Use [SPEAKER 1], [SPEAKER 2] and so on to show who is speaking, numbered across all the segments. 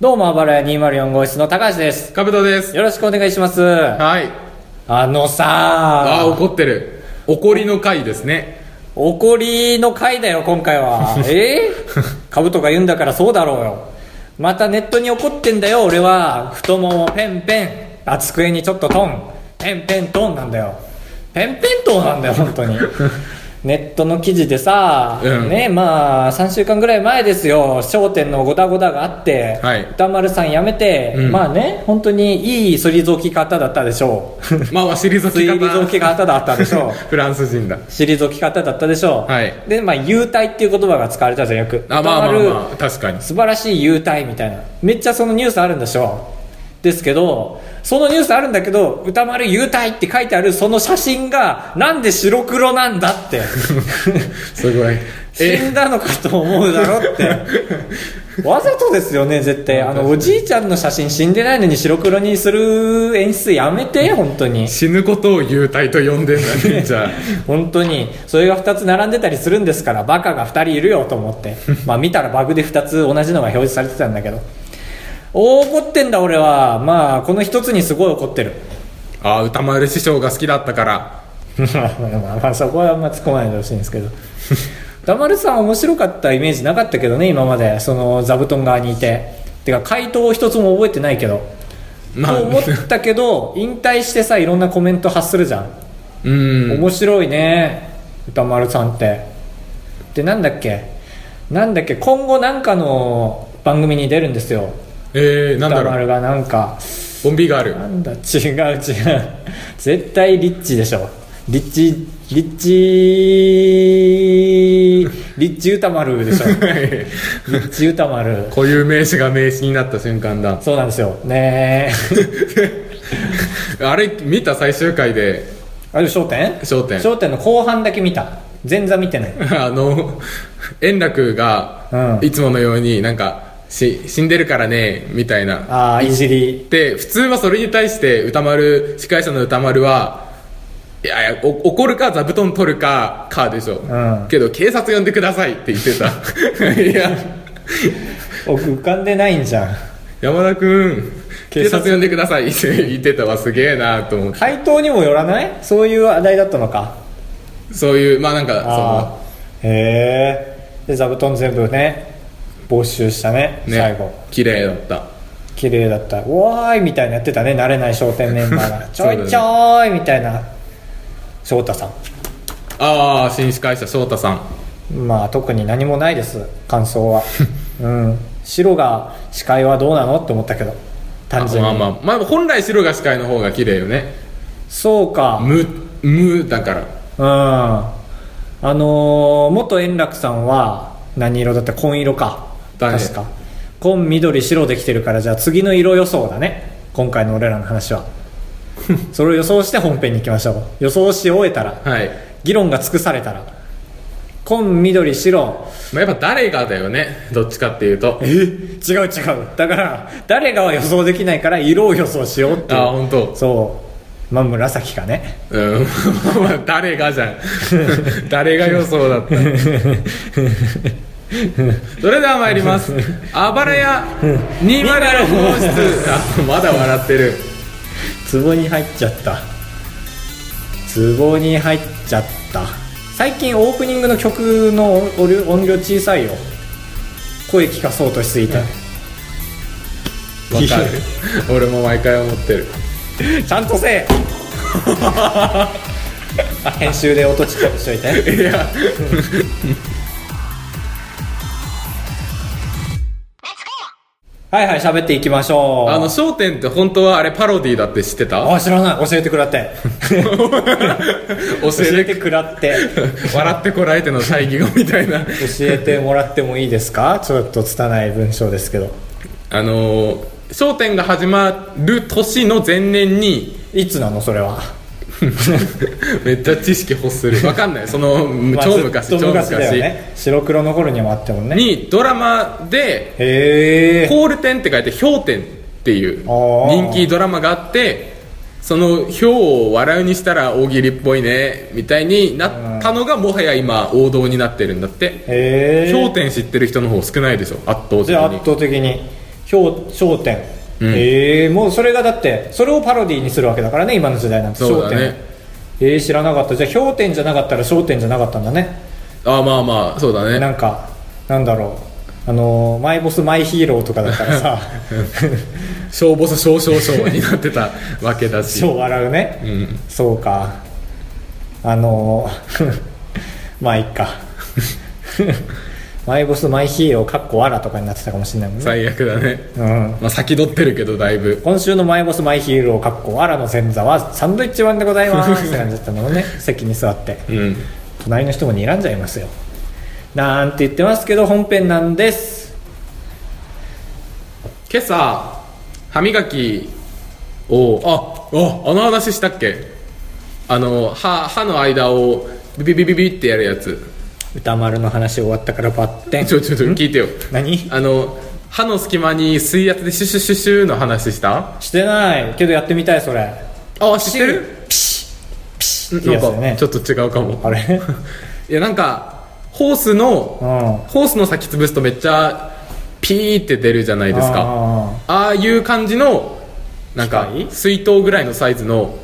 [SPEAKER 1] どうも、あばらや204号室の高橋です。
[SPEAKER 2] カブトです
[SPEAKER 1] よろしくお願いします。
[SPEAKER 2] はい
[SPEAKER 1] あの
[SPEAKER 2] ああ
[SPEAKER 1] さ
[SPEAKER 2] 怒ってる怒りの回ですね
[SPEAKER 1] 怒りの回だよ、今回 は。えー、株とか言うんだからそうだろうよ。またネットに怒ってんだよ、俺は。太ももペンペン。あ、机にちょっとトン。ペンペントンなんだよ。ペンペントンなんだよ、本当 に。ネットの記事でさ、
[SPEAKER 2] うん
[SPEAKER 1] ね、まあ、3週間ぐらい前ですよ、商店のゴダゴダがあって、
[SPEAKER 2] はい
[SPEAKER 1] 歌丸さん辞めて、
[SPEAKER 2] うん
[SPEAKER 1] まあね、本当にいい退き方だったでしょう。
[SPEAKER 2] まあ退き方
[SPEAKER 1] 退き方だったでしょう。
[SPEAKER 2] フランス人だ
[SPEAKER 1] 退き方だったでしょう、
[SPEAKER 2] はい
[SPEAKER 1] で、まあ、優待っていう言葉が使われたじゃんよく
[SPEAKER 2] あまあまあ
[SPEAKER 1] 歌
[SPEAKER 2] ま
[SPEAKER 1] 丸
[SPEAKER 2] あ確かに
[SPEAKER 1] 素晴らしい優待みたいなめっちゃそのニュースあるんでしょうですけどそのニュースあるんだけど歌丸優待って書いてあるその写真がなんで白黒なんだ って
[SPEAKER 2] すごい
[SPEAKER 1] 死んだのかと思うだろ ってわざとですよね絶対あのおじいちゃんの写真死んでないのに白黒にする演出やめて本当に
[SPEAKER 2] 死ぬことを幽体と呼んでんだねじゃあ
[SPEAKER 1] 本当にそれが2つ並んでたりするんですからバカが2人いるよと思って まあ見たらバグで2つ同じのが表示されてたんだけどおー怒ってんだ俺はまあこの1つにすごい怒ってる
[SPEAKER 2] ああ歌丸師匠が好きだったから
[SPEAKER 1] まあまあそこはあんま突っ込まないでほしいんですけど歌丸さん面白かったイメージなかったけどね今までその座布団側にいててか回答を1つも覚えてないけど
[SPEAKER 2] まあ
[SPEAKER 1] と思ったけど引退してさいろんなコメント発するじゃん
[SPEAKER 2] うん
[SPEAKER 1] 面白いね歌丸さんってでなんだっけなんだっけ今後なんかの番組に出るんですよ
[SPEAKER 2] えー、なんだ
[SPEAKER 1] 歌
[SPEAKER 2] ろう
[SPEAKER 1] 丸がなんか
[SPEAKER 2] ボンビー ガール
[SPEAKER 1] なんだ違う違う絶対リッチでしょリッチリッチリッチ歌丸でしょ リッチ歌丸
[SPEAKER 2] こういう名詞が名詞になった瞬間だ
[SPEAKER 1] そうなんですよね え
[SPEAKER 2] あれ見た最終回で
[SPEAKER 1] あれ『笑点
[SPEAKER 2] 『笑点』
[SPEAKER 1] 笑点』の後半だけ見た前座見てない
[SPEAKER 2] あの円楽が
[SPEAKER 1] うん
[SPEAKER 2] いつものようになんかし死んでるからねみたいな
[SPEAKER 1] ああいじり
[SPEAKER 2] で普通はそれに対して歌丸司会者の歌丸はいやいやお怒るか座布団取るかかでしょ、
[SPEAKER 1] ん
[SPEAKER 2] けど警察呼んでくださいって言って たいや
[SPEAKER 1] 僕浮かんでないんじゃん
[SPEAKER 2] 山田君
[SPEAKER 1] 警
[SPEAKER 2] 警
[SPEAKER 1] 察
[SPEAKER 2] 察呼んでくださいって言ってたわすげえなと思って
[SPEAKER 1] 回答にもよらないそういう話題だったのか
[SPEAKER 2] そういうまあなんか
[SPEAKER 1] ああへえで座布団全部ね没収したね
[SPEAKER 2] その
[SPEAKER 1] 最後
[SPEAKER 2] ね綺麗だった
[SPEAKER 1] 綺麗だった「うわーい」みたいなやってたね慣れない笑点メンバーが「ち
[SPEAKER 2] そう
[SPEAKER 1] ょ
[SPEAKER 2] だね
[SPEAKER 1] いちょい」みたいな翔太さ
[SPEAKER 2] ああ新司会者翔太さん
[SPEAKER 1] んまあ特に何もないです感想 はうん白が司会はどうなのって思ったけど単純に
[SPEAKER 2] あまあまあ、まあ、本来白が司会の方が綺麗よね
[SPEAKER 1] そうか
[SPEAKER 2] 無無だから
[SPEAKER 1] うんあのー元円楽さんは何色だった紺色か
[SPEAKER 2] だね
[SPEAKER 1] 確か紺緑白できてるからじゃあ次の色予想だね今回の俺らの話はそれを予想して本編に行きましょう予想し終えたら
[SPEAKER 2] はい、
[SPEAKER 1] 議論が尽くされたら紺緑白
[SPEAKER 2] まあ、やっぱ誰がだよねどっちかっていうと
[SPEAKER 1] え違う違うだから誰がは予想できないから色を予想しようっていう
[SPEAKER 2] あ本当
[SPEAKER 1] そうまあ紫かね
[SPEAKER 2] うん まあ誰がじゃん 誰が予想だった それでは参りますあばらや2 0 6号室あまだ笑ってる
[SPEAKER 1] 壺に入っちゃった壺に入っちゃった最近オープニングの曲の音量音量小さいよ声聞かそうとしすぎて
[SPEAKER 2] わ かる俺も毎回思ってる
[SPEAKER 1] ちゃんとせ え編集で音ちっちゃくしといて
[SPEAKER 2] いや
[SPEAKER 1] はいはい喋っていきましょう
[SPEAKER 2] あの『笑点』って本当はあれパロディだって知ってた
[SPEAKER 1] あ知らない教えてくらって
[SPEAKER 2] 教
[SPEAKER 1] 教
[SPEAKER 2] え
[SPEAKER 1] えて
[SPEAKER 2] て
[SPEAKER 1] くらって
[SPEAKER 2] 笑ってこらえての対義語みたいな
[SPEAKER 1] 教えてもらってもいいですかちょっと拙い文章ですけど
[SPEAKER 2] あのー『笑点』が始まる年の前 年に
[SPEAKER 1] いつなのそれは
[SPEAKER 2] めっちゃ知識欲するわかんないその
[SPEAKER 1] まあ
[SPEAKER 2] 超
[SPEAKER 1] ずっ
[SPEAKER 2] 昔
[SPEAKER 1] と
[SPEAKER 2] 超
[SPEAKER 1] 昔
[SPEAKER 2] 昔
[SPEAKER 1] だよね白黒の頃にもあってもんね
[SPEAKER 2] にドラマで「
[SPEAKER 1] へえ
[SPEAKER 2] コールテン」って書いて「氷点」っていう
[SPEAKER 1] あー
[SPEAKER 2] 人気ドラマがあってその「氷」を笑うにしたら大喜利っぽいねみたいになったのがもはや今王道になってるんだって
[SPEAKER 1] へえ
[SPEAKER 2] 氷点知ってる人の方少ないでしょ圧倒的
[SPEAKER 1] じゃあ圧
[SPEAKER 2] に
[SPEAKER 1] 倒的に氷商店、
[SPEAKER 2] うん
[SPEAKER 1] ええもうそれがだってそれをパロディにするわけだからね今の時代なんて
[SPEAKER 2] そう
[SPEAKER 1] 商
[SPEAKER 2] だね
[SPEAKER 1] 店えー、知らなかったじゃあ氷点じゃなかったら商店じゃなかったんだね
[SPEAKER 2] あまあまあそうだね
[SPEAKER 1] なんかなんだろうあのーマイボスマイヒーローとかだったら さ
[SPEAKER 2] 小ボス小小小になってたわけだ し
[SPEAKER 1] 超笑うね、
[SPEAKER 2] うん
[SPEAKER 1] そうかあの ーまあいっか マイボスマイヒーローかっこわらとかになってたかもしれないもんね、
[SPEAKER 2] 最悪だね、
[SPEAKER 1] うん、
[SPEAKER 2] まあ、先取ってるけどだいぶ
[SPEAKER 1] 今週のマイボスマイヒーローかっこあらの前座はサンドイッチマンでございます って感じだったのね席に座って
[SPEAKER 2] うん
[SPEAKER 1] 隣の人も睨んじゃいますよなんて言ってますけど本編なんです
[SPEAKER 2] 今朝歯磨きをあああの話したっけあの歯歯の間をビビビビビってやるやつ
[SPEAKER 1] 歌丸の話終わったからバッテン
[SPEAKER 2] ちょちょちょ聞いてよ
[SPEAKER 1] 何
[SPEAKER 2] あの歯の隙間に水圧でシュシュシュシュの話した
[SPEAKER 1] してないけどやってみたいそれ
[SPEAKER 2] あ知ってる
[SPEAKER 1] ピシッピシッって
[SPEAKER 2] な
[SPEAKER 1] やつ
[SPEAKER 2] ん
[SPEAKER 1] だよ
[SPEAKER 2] か
[SPEAKER 1] ね
[SPEAKER 2] ちょっと違うかも
[SPEAKER 1] あ れ
[SPEAKER 2] いやなんかホースの
[SPEAKER 1] うん
[SPEAKER 2] ホースの先潰すとめっちゃピーって出るじゃないですか
[SPEAKER 1] あ
[SPEAKER 2] ああいう感じのなんか
[SPEAKER 1] 機械
[SPEAKER 2] 水筒ぐらいのサイズの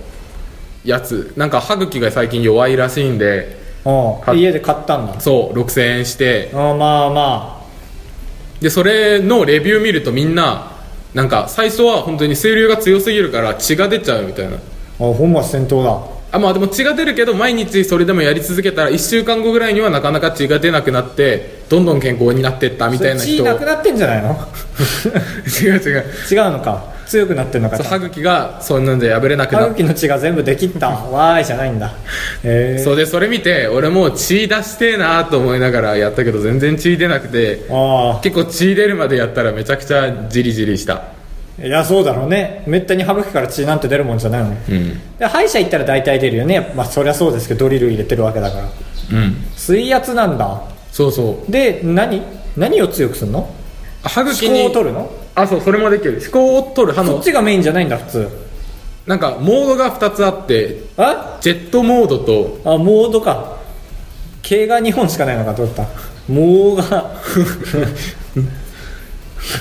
[SPEAKER 2] やつなんか歯茎が最近弱いらしいんで
[SPEAKER 1] ーうん家で買ったんだ
[SPEAKER 2] そう6000円して
[SPEAKER 1] あーまあま
[SPEAKER 2] でそれのレビュー見るとみんななんか最初は本当に水流が強すぎるから血が出ちゃうみたいな
[SPEAKER 1] ああ本末転倒だ
[SPEAKER 2] あまあでも血が出るけど毎日それでもやり続けたら1週間後ぐらいにはなかなか血が出なくなってどんどん健康になってったみたいな
[SPEAKER 1] それ血
[SPEAKER 2] 人違
[SPEAKER 1] な
[SPEAKER 2] う
[SPEAKER 1] くなってんじゃないの
[SPEAKER 2] 違う
[SPEAKER 1] 違うのか強くなってんのか
[SPEAKER 2] そう歯茎がそんなんで破れなくな
[SPEAKER 1] 歯
[SPEAKER 2] っ
[SPEAKER 1] 茎の血が全部できったわーいじゃないん だへえ
[SPEAKER 2] そうでそれ見て俺もう血出してえなと思いながらやったけど全然血出なくて
[SPEAKER 1] あ
[SPEAKER 2] 結構血出るまでやったらめちゃくちゃジリジリした
[SPEAKER 1] あいやそうだろうねめったに歯茎から血なんて出るもんじゃないもん
[SPEAKER 2] うん
[SPEAKER 1] で歯医者行ったら大体出るよねまあそりゃそうですけどドリル入れてるわけだから
[SPEAKER 2] うん
[SPEAKER 1] 水圧なんだ
[SPEAKER 2] そうそう
[SPEAKER 1] で何何を強くするの
[SPEAKER 2] 歯
[SPEAKER 1] 歯
[SPEAKER 2] 茎
[SPEAKER 1] 垢
[SPEAKER 2] に
[SPEAKER 1] を取るの
[SPEAKER 2] あそうそれもできる歯垢を取る歯
[SPEAKER 1] そっ
[SPEAKER 2] の
[SPEAKER 1] ちがメインじゃないんだ普通
[SPEAKER 2] なんかモードが2つあって
[SPEAKER 1] あ
[SPEAKER 2] ジェットモードと
[SPEAKER 1] あモードか毛が2本しかないのかどうだったモーが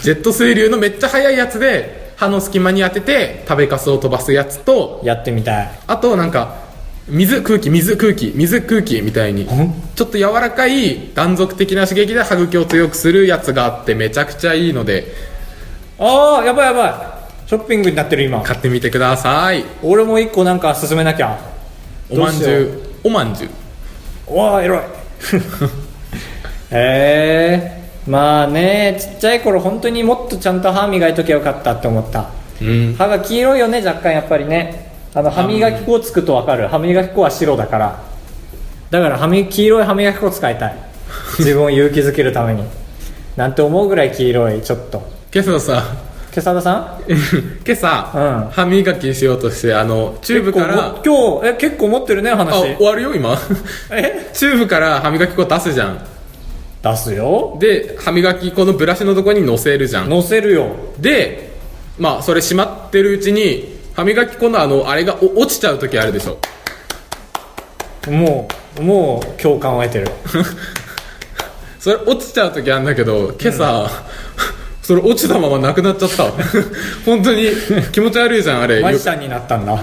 [SPEAKER 2] ジェット水流のめっちゃ速いやつで歯の隙間に当てて食べかすを飛ばすやつと
[SPEAKER 1] やってみたい
[SPEAKER 2] あとなんか水空気水空気水空気みたいに
[SPEAKER 1] ん
[SPEAKER 2] ちょっと柔らかい断続的な刺激で歯茎を強くするやつがあってめちゃくちゃいいので
[SPEAKER 1] ああやばいやばいショッピングになってる今
[SPEAKER 2] 買ってみてください
[SPEAKER 1] 俺も一個なんか進めなきゃ
[SPEAKER 2] おまんじ
[SPEAKER 1] どうしよ
[SPEAKER 2] ゅ
[SPEAKER 1] う
[SPEAKER 2] うおまんじゅう
[SPEAKER 1] おーエロいへえまあねちっちゃい頃本当にもっとちゃんと歯磨いときゃよかったって思った
[SPEAKER 2] うん
[SPEAKER 1] 歯が黄色いよね若干やっぱりねあの歯磨き粉つくとわかる歯磨き粉は白だからだから歯み黄色い歯磨き粉使い たい自分を勇気づけるためになんて思うぐらい黄色いちょっと
[SPEAKER 2] 今朝さ
[SPEAKER 1] 今朝田さん
[SPEAKER 2] 今朝、
[SPEAKER 1] うん
[SPEAKER 2] 歯磨きしようとしてあのチューブから
[SPEAKER 1] 結構今日え結構持ってるね
[SPEAKER 2] あ
[SPEAKER 1] 話
[SPEAKER 2] 終わるよ今
[SPEAKER 1] え
[SPEAKER 2] チューブから歯磨き粉出すじゃん
[SPEAKER 1] 出すよ
[SPEAKER 2] で歯磨き粉のブラシのとこに乗せるじゃん
[SPEAKER 1] 乗せるよ
[SPEAKER 2] でまあそれしまってるうちに歯磨き粉のあのあれがお落ちちゃう時あるでしょ
[SPEAKER 1] もうもう共感を得てる
[SPEAKER 2] それ落ちちゃう時あるんだけど今朝、それ落ちたままなくなっちゃった 本当に気持ち悪いじゃんあれ
[SPEAKER 1] マジシャンになったんだ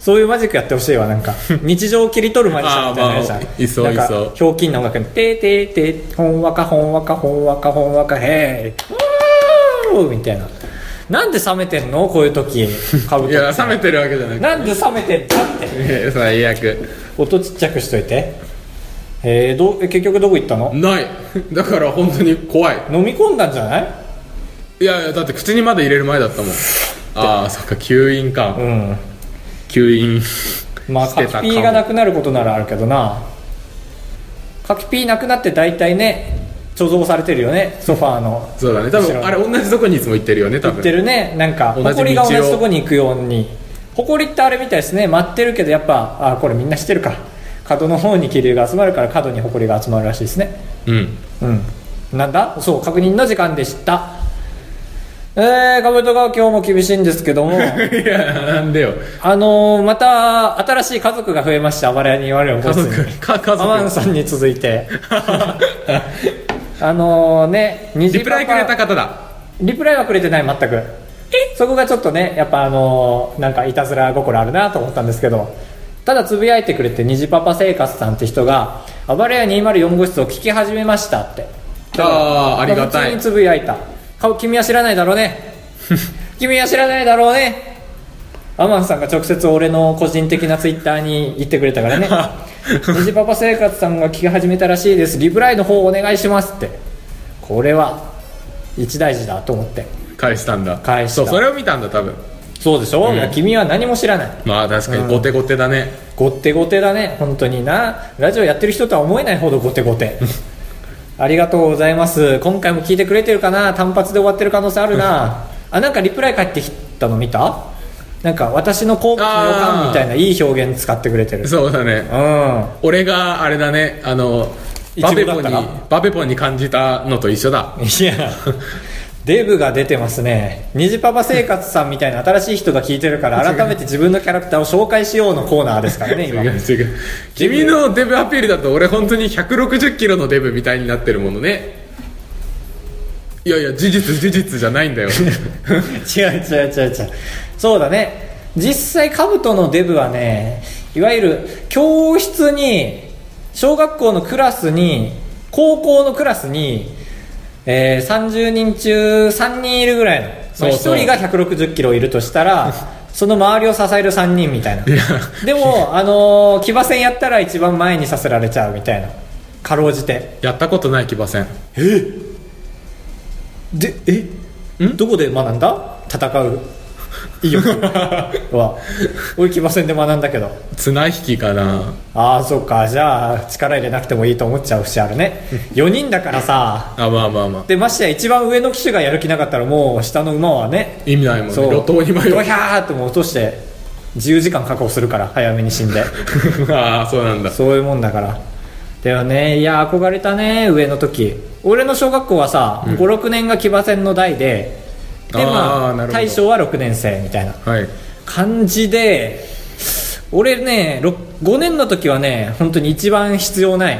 [SPEAKER 1] そういうマジックやってほしいわなん か日常を切り取るマジシャンみたいなやつ
[SPEAKER 2] あーまあいそう
[SPEAKER 1] なんか
[SPEAKER 2] いそう
[SPEAKER 1] ひょうきんな音楽に「てーてーてーほんわかほんわかほんわかほんわかへーうーみたいななんで冷めてんのこういう時かぶ
[SPEAKER 2] い
[SPEAKER 1] と
[SPEAKER 2] や冷めてるわけじゃなく
[SPEAKER 1] なんで冷めてんだって
[SPEAKER 2] て最悪
[SPEAKER 1] 音ちっちゃくしといてえー、どうえ結局どこ行ったの
[SPEAKER 2] ないだから本当に怖い
[SPEAKER 1] 飲み込んだんじゃない
[SPEAKER 2] いやいやだって口にまだ入れる前だったもんああそっか吸引か、
[SPEAKER 1] うん
[SPEAKER 2] 吸引
[SPEAKER 1] まあ
[SPEAKER 2] して
[SPEAKER 1] 柿
[SPEAKER 2] たかも
[SPEAKER 1] ピーがなくなることならあるけどな柿ピーなくなって大体ね貯蔵されてるよねソファーの
[SPEAKER 2] そうだね多
[SPEAKER 1] 後ろ
[SPEAKER 2] 分
[SPEAKER 1] に
[SPEAKER 2] あれ同じとこにいつも行ってるよね多
[SPEAKER 1] 行って
[SPEAKER 2] 分
[SPEAKER 1] るねなんか
[SPEAKER 2] 同じ道を
[SPEAKER 1] 埃が同じとこに行くように埃ってあれみたいですね待ってるけどやっぱあこれみんな知ってるか角の方に気流が集まるから角に埃が集まるらしいですね
[SPEAKER 2] うん
[SPEAKER 1] うんなんだそう確認の時間でしたえー、かぶとが今日も厳しいんですけ ども
[SPEAKER 2] いやなんでよ
[SPEAKER 1] あのー、また新しい家族が増えました暴れ屋に言われる
[SPEAKER 2] 家族か家
[SPEAKER 1] アマンさ
[SPEAKER 2] 族
[SPEAKER 1] んに続いてあのね虹
[SPEAKER 2] リプライくれた
[SPEAKER 1] パ
[SPEAKER 2] 方だ
[SPEAKER 1] リプライはくれてない全くそこがちょっとねやっぱあのーなんかいたずら心あるなと思ったんですけどただつぶやいてくれて虹パパ生活さんって人が「暴れ屋204号室を聞き始めました」って
[SPEAKER 2] あーありがた
[SPEAKER 1] 普通
[SPEAKER 2] い
[SPEAKER 1] につぶやいた顔君は知らないだろうね 君は知らないだろうねアマンさんが直接俺の個人的なツイッターに言ってくれたからね虹パパ生活さんが聞き始めたらしいですリプライの方お願いしますってこれは一大事だと思って
[SPEAKER 2] 返したんだ
[SPEAKER 1] 返した
[SPEAKER 2] そうそれを見たんだ多分
[SPEAKER 1] そうでしょ、
[SPEAKER 2] うん
[SPEAKER 1] いや君は何も知らない
[SPEAKER 2] まあ確か
[SPEAKER 1] うん
[SPEAKER 2] にゴテゴテだね、
[SPEAKER 1] ゴテゴテだね本当になラジオやってる人とは思えないほどゴテゴテありがとうございます今回も聞いてくれてるかな単発で終わってる可能性あるなあなんかリプライ返ってきたの見たなんか私の好物の予感みたいないい表現使ってくれてる
[SPEAKER 2] そうだね
[SPEAKER 1] うん
[SPEAKER 2] 俺があれだねあの
[SPEAKER 1] い
[SPEAKER 2] バ
[SPEAKER 1] ち
[SPEAKER 2] ベ
[SPEAKER 1] ごだっ
[SPEAKER 2] ポン
[SPEAKER 1] た
[SPEAKER 2] に
[SPEAKER 1] ら
[SPEAKER 2] バベポンに感じたのと一緒だ
[SPEAKER 1] いやデブが出てますね虹パパ生活さんみたいな新しい人が聞いてるから改めて自分のキャラクターを紹介しようのコーナーですからね
[SPEAKER 2] 違う
[SPEAKER 1] 今
[SPEAKER 2] 違う君のデブアピールだと俺本当に160キロのデブみたいになってるものねいやいや事実事実じゃないん だよ
[SPEAKER 1] 違う違う違う違うそうだね実際カブトのデブはねいわゆる教室に小学校のクラスに高校のクラスに、えー30人中3人いるぐらいの、ま
[SPEAKER 2] そ
[SPEAKER 1] あ、
[SPEAKER 2] う
[SPEAKER 1] 1
[SPEAKER 2] そう
[SPEAKER 1] 人が1 6 0キロいるとしたら その周りを支える3人みたいない
[SPEAKER 2] や
[SPEAKER 1] でも、あのー騎馬戦やったら一番前にさせられちゃうみたいなかろうじて
[SPEAKER 2] やったことない騎馬戦
[SPEAKER 1] でえどこで学んだ戦う意欲は俺騎馬戦で学んだけど
[SPEAKER 2] 綱引きかな
[SPEAKER 1] ああそっかじゃあ力入れなくてもいいと思っちゃう節あるね4人だからさ
[SPEAKER 2] あまあまあまあ
[SPEAKER 1] でましてや一番上の騎手がやる気なかったらもう下の馬はね
[SPEAKER 2] 意味ないもんね路頭に迷
[SPEAKER 1] ド
[SPEAKER 2] う
[SPEAKER 1] ヒャーってもう落として自由時間確保するから早めに死ん で
[SPEAKER 2] ああそうなんだ
[SPEAKER 1] そういうもんだからだよねいや憧れたね上の時俺の小学校はさ、56年が騎馬戦の代ででま
[SPEAKER 2] あー
[SPEAKER 1] あ
[SPEAKER 2] なるほど
[SPEAKER 1] 大将は6年生みたいな
[SPEAKER 2] はい
[SPEAKER 1] 感じで俺ねろ5年の時はね本当に一番必要ない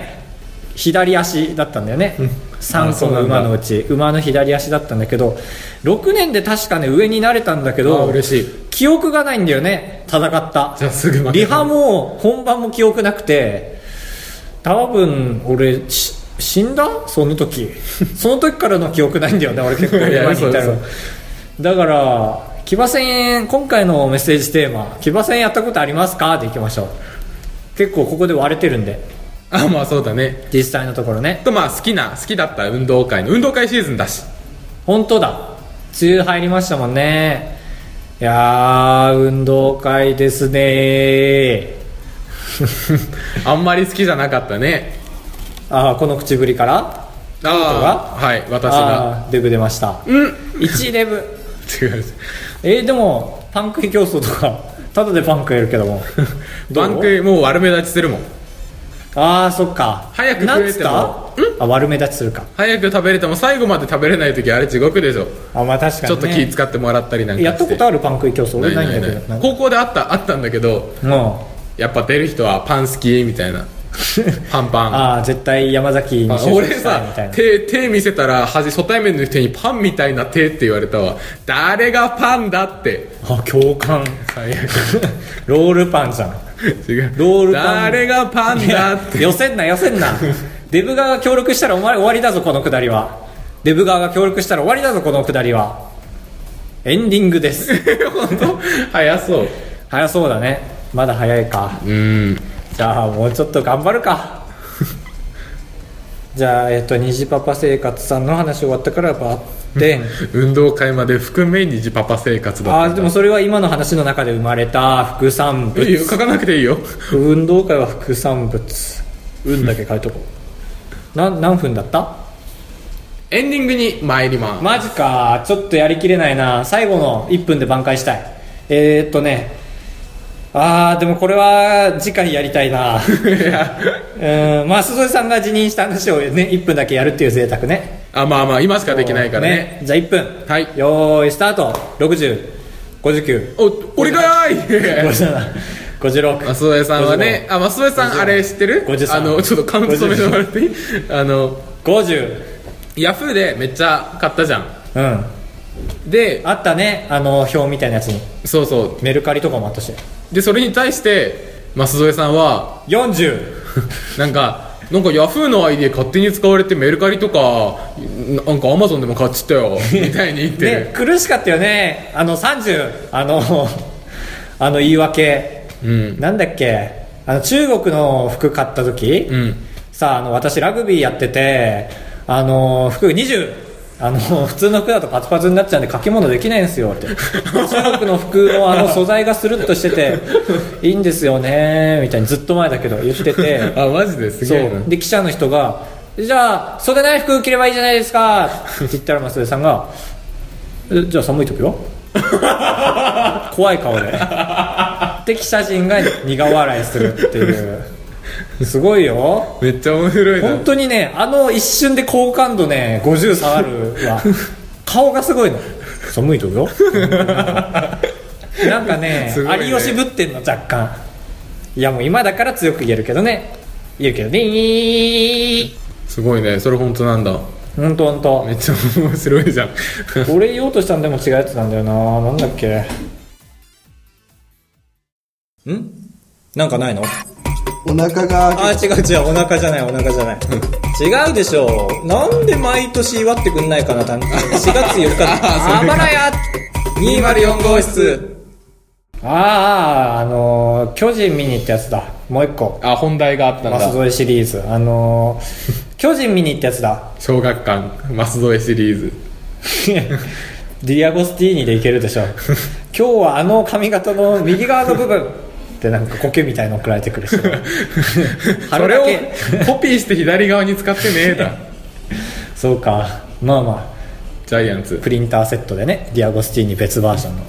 [SPEAKER 1] 左足だったんだよね3個の馬のうち馬の左足だったんだけど6年で確かね上になれたんだけ
[SPEAKER 2] あ
[SPEAKER 1] ど
[SPEAKER 2] 嬉しい
[SPEAKER 1] 記憶がないんだよね戦った
[SPEAKER 2] じゃあすぐ負けた
[SPEAKER 1] リハも本番も記憶なくて多分俺し死んだその 時その時からの記憶ないんだよね俺結構
[SPEAKER 2] いや
[SPEAKER 1] 前にいた
[SPEAKER 2] そ
[SPEAKER 1] ら
[SPEAKER 2] う
[SPEAKER 1] だから騎馬戦今回のメッセージテーマ「騎馬戦やったことありますか?」でいきましょう結構ここで割れてるんで
[SPEAKER 2] あまあそうだね
[SPEAKER 1] 実際のところね
[SPEAKER 2] とまあ好きな好きだった運動会の運動会シーズンだし
[SPEAKER 1] 本当だ梅雨入りましたもんねいやー運動会ですね
[SPEAKER 2] あんまり好きじゃなかったね
[SPEAKER 1] ああこの口ぶりから
[SPEAKER 2] ああはい私が
[SPEAKER 1] あーデブ出ま した
[SPEAKER 2] うん
[SPEAKER 1] 1デブ
[SPEAKER 2] 違う
[SPEAKER 1] えー、でもパン食い競争とかただでパン食えるけども
[SPEAKER 2] バンクもう悪目立ちするもん
[SPEAKER 1] ああそっか
[SPEAKER 2] 早く食えても
[SPEAKER 1] なんつったあ悪目立ちするか
[SPEAKER 2] 早く食べれても最後まで食べれない時あれ地獄でしょ
[SPEAKER 1] あまあ確か
[SPEAKER 2] ちょ
[SPEAKER 1] に、
[SPEAKER 2] っ
[SPEAKER 1] ね、
[SPEAKER 2] と気使ってもらったりなんかして
[SPEAKER 1] やったことあるパン食い競争俺
[SPEAKER 2] な
[SPEAKER 1] ないいん
[SPEAKER 2] な
[SPEAKER 1] だ
[SPEAKER 2] い
[SPEAKER 1] けど
[SPEAKER 2] ない高校であったあったんだけど
[SPEAKER 1] もうん
[SPEAKER 2] やっぱ出る人はパン好きみたいな パンパン
[SPEAKER 1] ああ絶対山崎に就
[SPEAKER 2] あ
[SPEAKER 1] 職
[SPEAKER 2] 俺
[SPEAKER 1] したいみたい
[SPEAKER 2] さ
[SPEAKER 1] な
[SPEAKER 2] 手手見せたらはじ初対面の人にパンみたいな手って言われたわ誰がパンだって
[SPEAKER 1] あ共感
[SPEAKER 2] 最悪
[SPEAKER 1] ロールパンじゃん
[SPEAKER 2] 違う
[SPEAKER 1] ロールパン
[SPEAKER 2] 誰がパン
[SPEAKER 1] い
[SPEAKER 2] だ
[SPEAKER 1] や
[SPEAKER 2] って
[SPEAKER 1] 寄せんな寄せんなデブ側が協力したらお前終わりだぞこのくだりはデブ側が協力したら終わりだぞこのくだりはエンディングです
[SPEAKER 2] 本当早そう
[SPEAKER 1] 早そうだねまだ早いか
[SPEAKER 2] うん
[SPEAKER 1] じゃあもうちょっと頑張るか じゃあえっと虹パパ生活さんの話終わったからバッテン
[SPEAKER 2] 運動会まで含め虹パパ生活だ
[SPEAKER 1] あ
[SPEAKER 2] っ
[SPEAKER 1] あ
[SPEAKER 2] た
[SPEAKER 1] でもそれは今の話の中で生まれた副産
[SPEAKER 2] いいよ
[SPEAKER 1] 物
[SPEAKER 2] 書かなくていいよ
[SPEAKER 1] 運動会は副産物運だけ書いとこうな何分だった
[SPEAKER 2] エンディングに参ります、
[SPEAKER 1] マジかちょっとやりきれないな最後の1分で挽回したいえー、っとねあーでもこれは次回やりたいな うんまあ鈴井さんが辞任した話をね1分だけやるっていう贅沢ね
[SPEAKER 2] あまあまあ今しかできないからね
[SPEAKER 1] じゃあ1分
[SPEAKER 2] はい
[SPEAKER 1] よーいスタート6059
[SPEAKER 2] お俺か ーい
[SPEAKER 1] 5756
[SPEAKER 2] 増江さんはねあ増江さんあれ知ってる
[SPEAKER 1] 53
[SPEAKER 2] あのちょっとカウント止めてもらっていいあの
[SPEAKER 1] 50
[SPEAKER 2] ヤフーでめっちゃ買ったじゃん
[SPEAKER 1] うん
[SPEAKER 2] で
[SPEAKER 1] あったねあの表みたいなやつに
[SPEAKER 2] そうそ
[SPEAKER 1] メルカリとかもあったし
[SPEAKER 2] うでそれに対して舛添さんは
[SPEAKER 1] 40
[SPEAKER 2] なんかなんかヤフーの ID 勝手に使われてメルカリとかなんかアマゾンでも買っちゃっ たよみたいに言ってる、
[SPEAKER 1] ね苦しかったよねあの30あの あの言い訳、
[SPEAKER 2] うん
[SPEAKER 1] なんだっけあの中国の服買った時、
[SPEAKER 2] うん
[SPEAKER 1] さああの私ラグビーやっててあの服20あの 普通の服だとパツパツになっちゃうんで掛け物できないんですよって中国の服のあの素材がスルッとしてていいんですよねみたいにずっと前だけど言ってて
[SPEAKER 2] あマジです
[SPEAKER 1] そ
[SPEAKER 2] げえな
[SPEAKER 1] うで記者の人が「じゃあ袖ない服着ればいいじゃないですか」って言ったら増田さんが「えじゃあ寒い時は? 」 怖い顔でで記者陣が苦笑いするっていうすごいよ
[SPEAKER 2] めっちゃ面白いな
[SPEAKER 1] 本当にねあの一瞬で好感度ね50下がる わ顔がすごいの寒い時よなんかね
[SPEAKER 2] すごいね
[SPEAKER 1] 有吉ぶってんの若干いやもう今だから強く言えるけどね言うけどね
[SPEAKER 2] すごいねそれ本当なんだ
[SPEAKER 1] ほんとほんと
[SPEAKER 2] めっちゃ面白いじゃん
[SPEAKER 1] 俺言おうとしたんでも違うやつなんだよななんだっけんなんかないの
[SPEAKER 3] お腹が
[SPEAKER 1] あー違う違うお腹じゃないお腹じゃない、違うでしょなんで毎年祝ってくんないかな誕生日4月4日
[SPEAKER 2] あーそれか
[SPEAKER 1] や204号室あーあーあのー巨人見に行ったやつだもう一個
[SPEAKER 2] あ本題があったん
[SPEAKER 1] 舛
[SPEAKER 2] だ
[SPEAKER 1] 添シリーズあのー巨人見に行ったやつだ
[SPEAKER 2] 小学館舛添シリーズ
[SPEAKER 1] ディアゴスティーニでいけるでしょ 今日はあの髪型の右側の部分ってなんか苔みたいの送られてくる し
[SPEAKER 2] そ
[SPEAKER 1] 春
[SPEAKER 2] れ
[SPEAKER 1] だ
[SPEAKER 2] を
[SPEAKER 1] け
[SPEAKER 2] コピーして左側に使ってねえ だ
[SPEAKER 1] そうかまあまあ
[SPEAKER 2] ジャイアンツ
[SPEAKER 1] プリンターセットでねディアゴスティーニ別バージョン の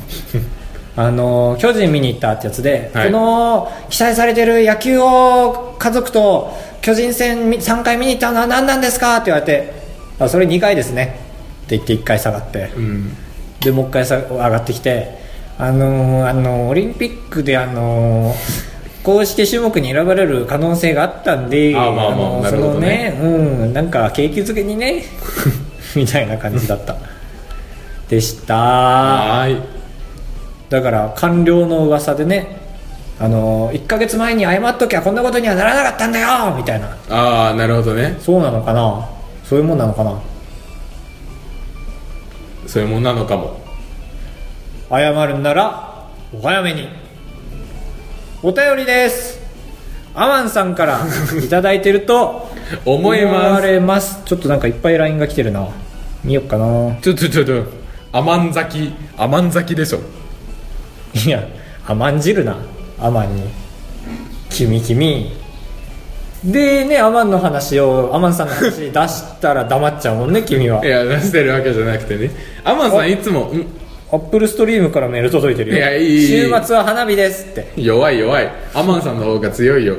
[SPEAKER 1] あの巨人見に行ったってやつで、
[SPEAKER 2] はい
[SPEAKER 1] この期待されてる野球を家族と巨人戦3回見に行ったのは何なんですかって言われてあそれ2回ですねって言って1回下がって
[SPEAKER 2] うん
[SPEAKER 1] でもう1回さ上がってきてあのーあのーオリンピックであのー公式種目に選ばれる可能性があったんで、
[SPEAKER 2] あまあまあ
[SPEAKER 1] のー
[SPEAKER 2] な
[SPEAKER 1] そ
[SPEAKER 2] るほ
[SPEAKER 1] の
[SPEAKER 2] ど
[SPEAKER 1] ね
[SPEAKER 2] ね
[SPEAKER 1] うん、なんか景気づけにね、 みたいな感じだった。でした。
[SPEAKER 2] はーい
[SPEAKER 1] だから、官僚の噂でね、あのー、1ヶ月前に謝っときゃこんなことにはならなかったんだよみたいな。
[SPEAKER 2] ああなるほどね
[SPEAKER 1] そうなのかなそういうもんなのかな
[SPEAKER 2] そういうもんなのかも
[SPEAKER 1] 謝るんならお早めにお便りですアマンさん からいただいてると
[SPEAKER 2] 思いま
[SPEAKER 1] わ
[SPEAKER 2] す
[SPEAKER 1] れますちょっとなんかいっぱい LINE が来てるな見よっかな
[SPEAKER 2] ちょちょちょちょ甘ん咲き甘ん咲きでしょ
[SPEAKER 1] いや甘んじるなアマンに君君でねアマンの話をアマンさんの話出したら 黙っちゃうもんね君はい
[SPEAKER 2] や出してるわけじゃなくてねアマンさんいつもん
[SPEAKER 1] アップルストリームからメール届いてるよ
[SPEAKER 2] いやいいいい
[SPEAKER 1] 週末は花火ですって
[SPEAKER 2] 弱い弱いアマンさんの方が強いよ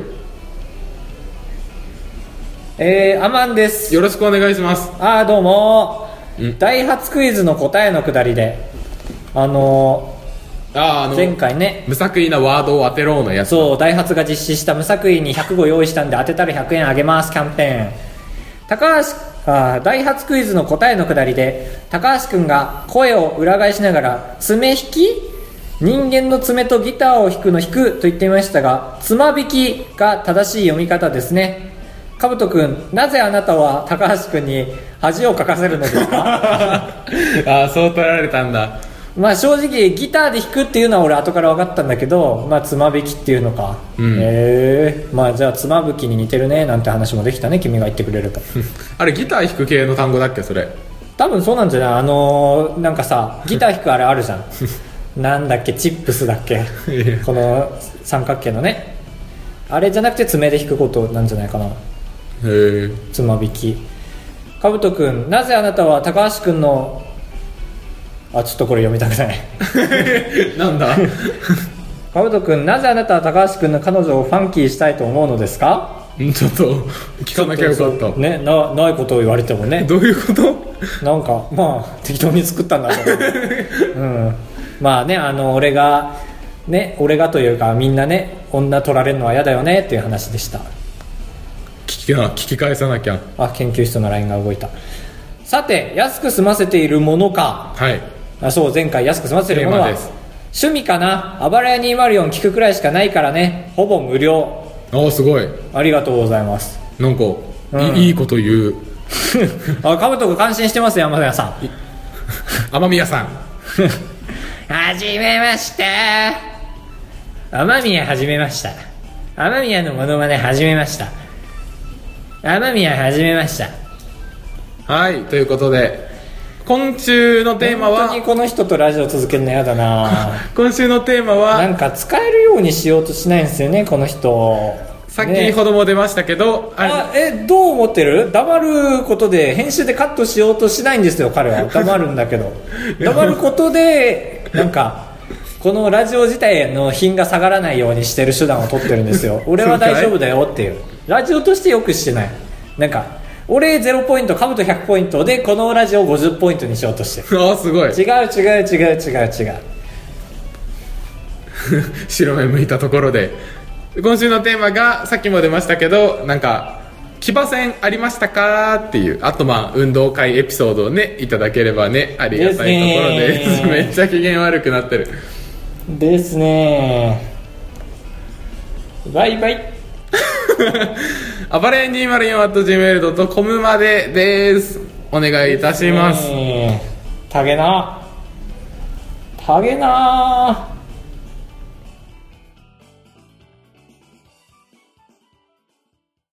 [SPEAKER 1] えー、アマンです
[SPEAKER 2] よろしくお願いします
[SPEAKER 1] ああどうも
[SPEAKER 2] うん
[SPEAKER 1] ダイハツクイズの答えのくだりであの
[SPEAKER 2] あーあ
[SPEAKER 1] ー
[SPEAKER 2] の
[SPEAKER 1] 前回ね
[SPEAKER 2] 無作為なワードを当てろうのやつ
[SPEAKER 1] そうダイハツが実施した無作為に100語用意したんで当てたら100円あげますキャンペーン高橋あーダイハツクイズの答えのくだりで高橋くんが声を裏返しながら爪引き人間の爪とギターを弾くの弾くと言っていましたがつま引きが正しい読み方ですねかぶとくんなぜあなたは高橋くんに恥をかかせるのですか
[SPEAKER 2] ああそう取られたんだ
[SPEAKER 1] まあ正直ギターで弾くっていうのは俺後から分かったんだけどまあつま弾きっていうのか、
[SPEAKER 2] うん
[SPEAKER 1] へえまあじゃあつまぶきに似てるねなんて話もできたね君が言ってくれる と
[SPEAKER 2] あれギター弾く系の単語だっけそれ
[SPEAKER 1] 多分そうなんじゃないあのーなんか さギター弾くあれあるじゃんなんだっけチップスだっけ
[SPEAKER 2] や
[SPEAKER 1] この三角形のねあれじゃなくて爪で弾くことなんじゃないかな
[SPEAKER 2] へえ
[SPEAKER 1] つまびきかぶとくんなぜあなたは高橋くんのあちょっとこれ読みたくない
[SPEAKER 2] な んだ
[SPEAKER 1] カブト君なぜあなたは高橋君の彼女をファンキーしたいと思うのですか
[SPEAKER 2] んちょっと聞かなきゃよかった、
[SPEAKER 1] ねなないことを言われてもね
[SPEAKER 2] どういうこと
[SPEAKER 1] なんかまあ適当に作ったんだと思 う、うん、まあねあの俺がね俺がというかみんなね女取られるのは嫌だよねっていう話でした
[SPEAKER 2] 聞きな聞き返さなきゃ
[SPEAKER 1] あ研究室の LINE が動いたさて安く済ませているものか
[SPEAKER 2] はい
[SPEAKER 1] あそう前回安く済ませるもの
[SPEAKER 2] テ
[SPEAKER 1] は
[SPEAKER 2] ーマです
[SPEAKER 1] 趣味かな暴れ屋204聞くくらいしかないからねほぼ無料
[SPEAKER 2] ああすごい
[SPEAKER 1] ありがとうございます
[SPEAKER 2] なんか、い
[SPEAKER 1] うん
[SPEAKER 2] いいいこと言う
[SPEAKER 1] あカブトが感心してます山田さん
[SPEAKER 2] 天宮さん
[SPEAKER 1] はじめました雨宮はじめました雨宮のモノマネはじめました雨宮はじめました
[SPEAKER 2] はいということで今週のテーマ
[SPEAKER 1] 本当に
[SPEAKER 2] は
[SPEAKER 1] この人とラジオ続けるの嫌だ な
[SPEAKER 2] 今週のテーマ
[SPEAKER 1] な
[SPEAKER 2] は
[SPEAKER 1] んか使えるようにしようとしないんですよねこの人
[SPEAKER 2] 先
[SPEAKER 1] ね
[SPEAKER 2] ほども出ましたけど、あ
[SPEAKER 1] あえどう思ってる黙ることで編集でカットしようとしないんですよ彼は黙るんだけど黙ることでなんかこのラジオ自体の品が下がらないようにしてる手段を取ってるんですよ俺は大丈夫だよっていうラジオとしてよくしてないなんか俺0ポイントカブト100ポイントでこのラジオ50ポイントにしようとしてる
[SPEAKER 2] れあーすごい
[SPEAKER 1] 違う違う違う違う違う
[SPEAKER 2] 白目向いたところで今週のテーマがさっきも出ましたけどなんか騎馬戦ありましたかっていうあとまあ運動会エピソードをねいただければねありがたいところで
[SPEAKER 1] です
[SPEAKER 2] す
[SPEAKER 1] ね
[SPEAKER 2] めっちゃ機嫌悪くなってる
[SPEAKER 1] ですねバイバイ
[SPEAKER 2] あばれ 204.gmail.com までですお願いいたします
[SPEAKER 1] ねえ。タゲな。タゲな。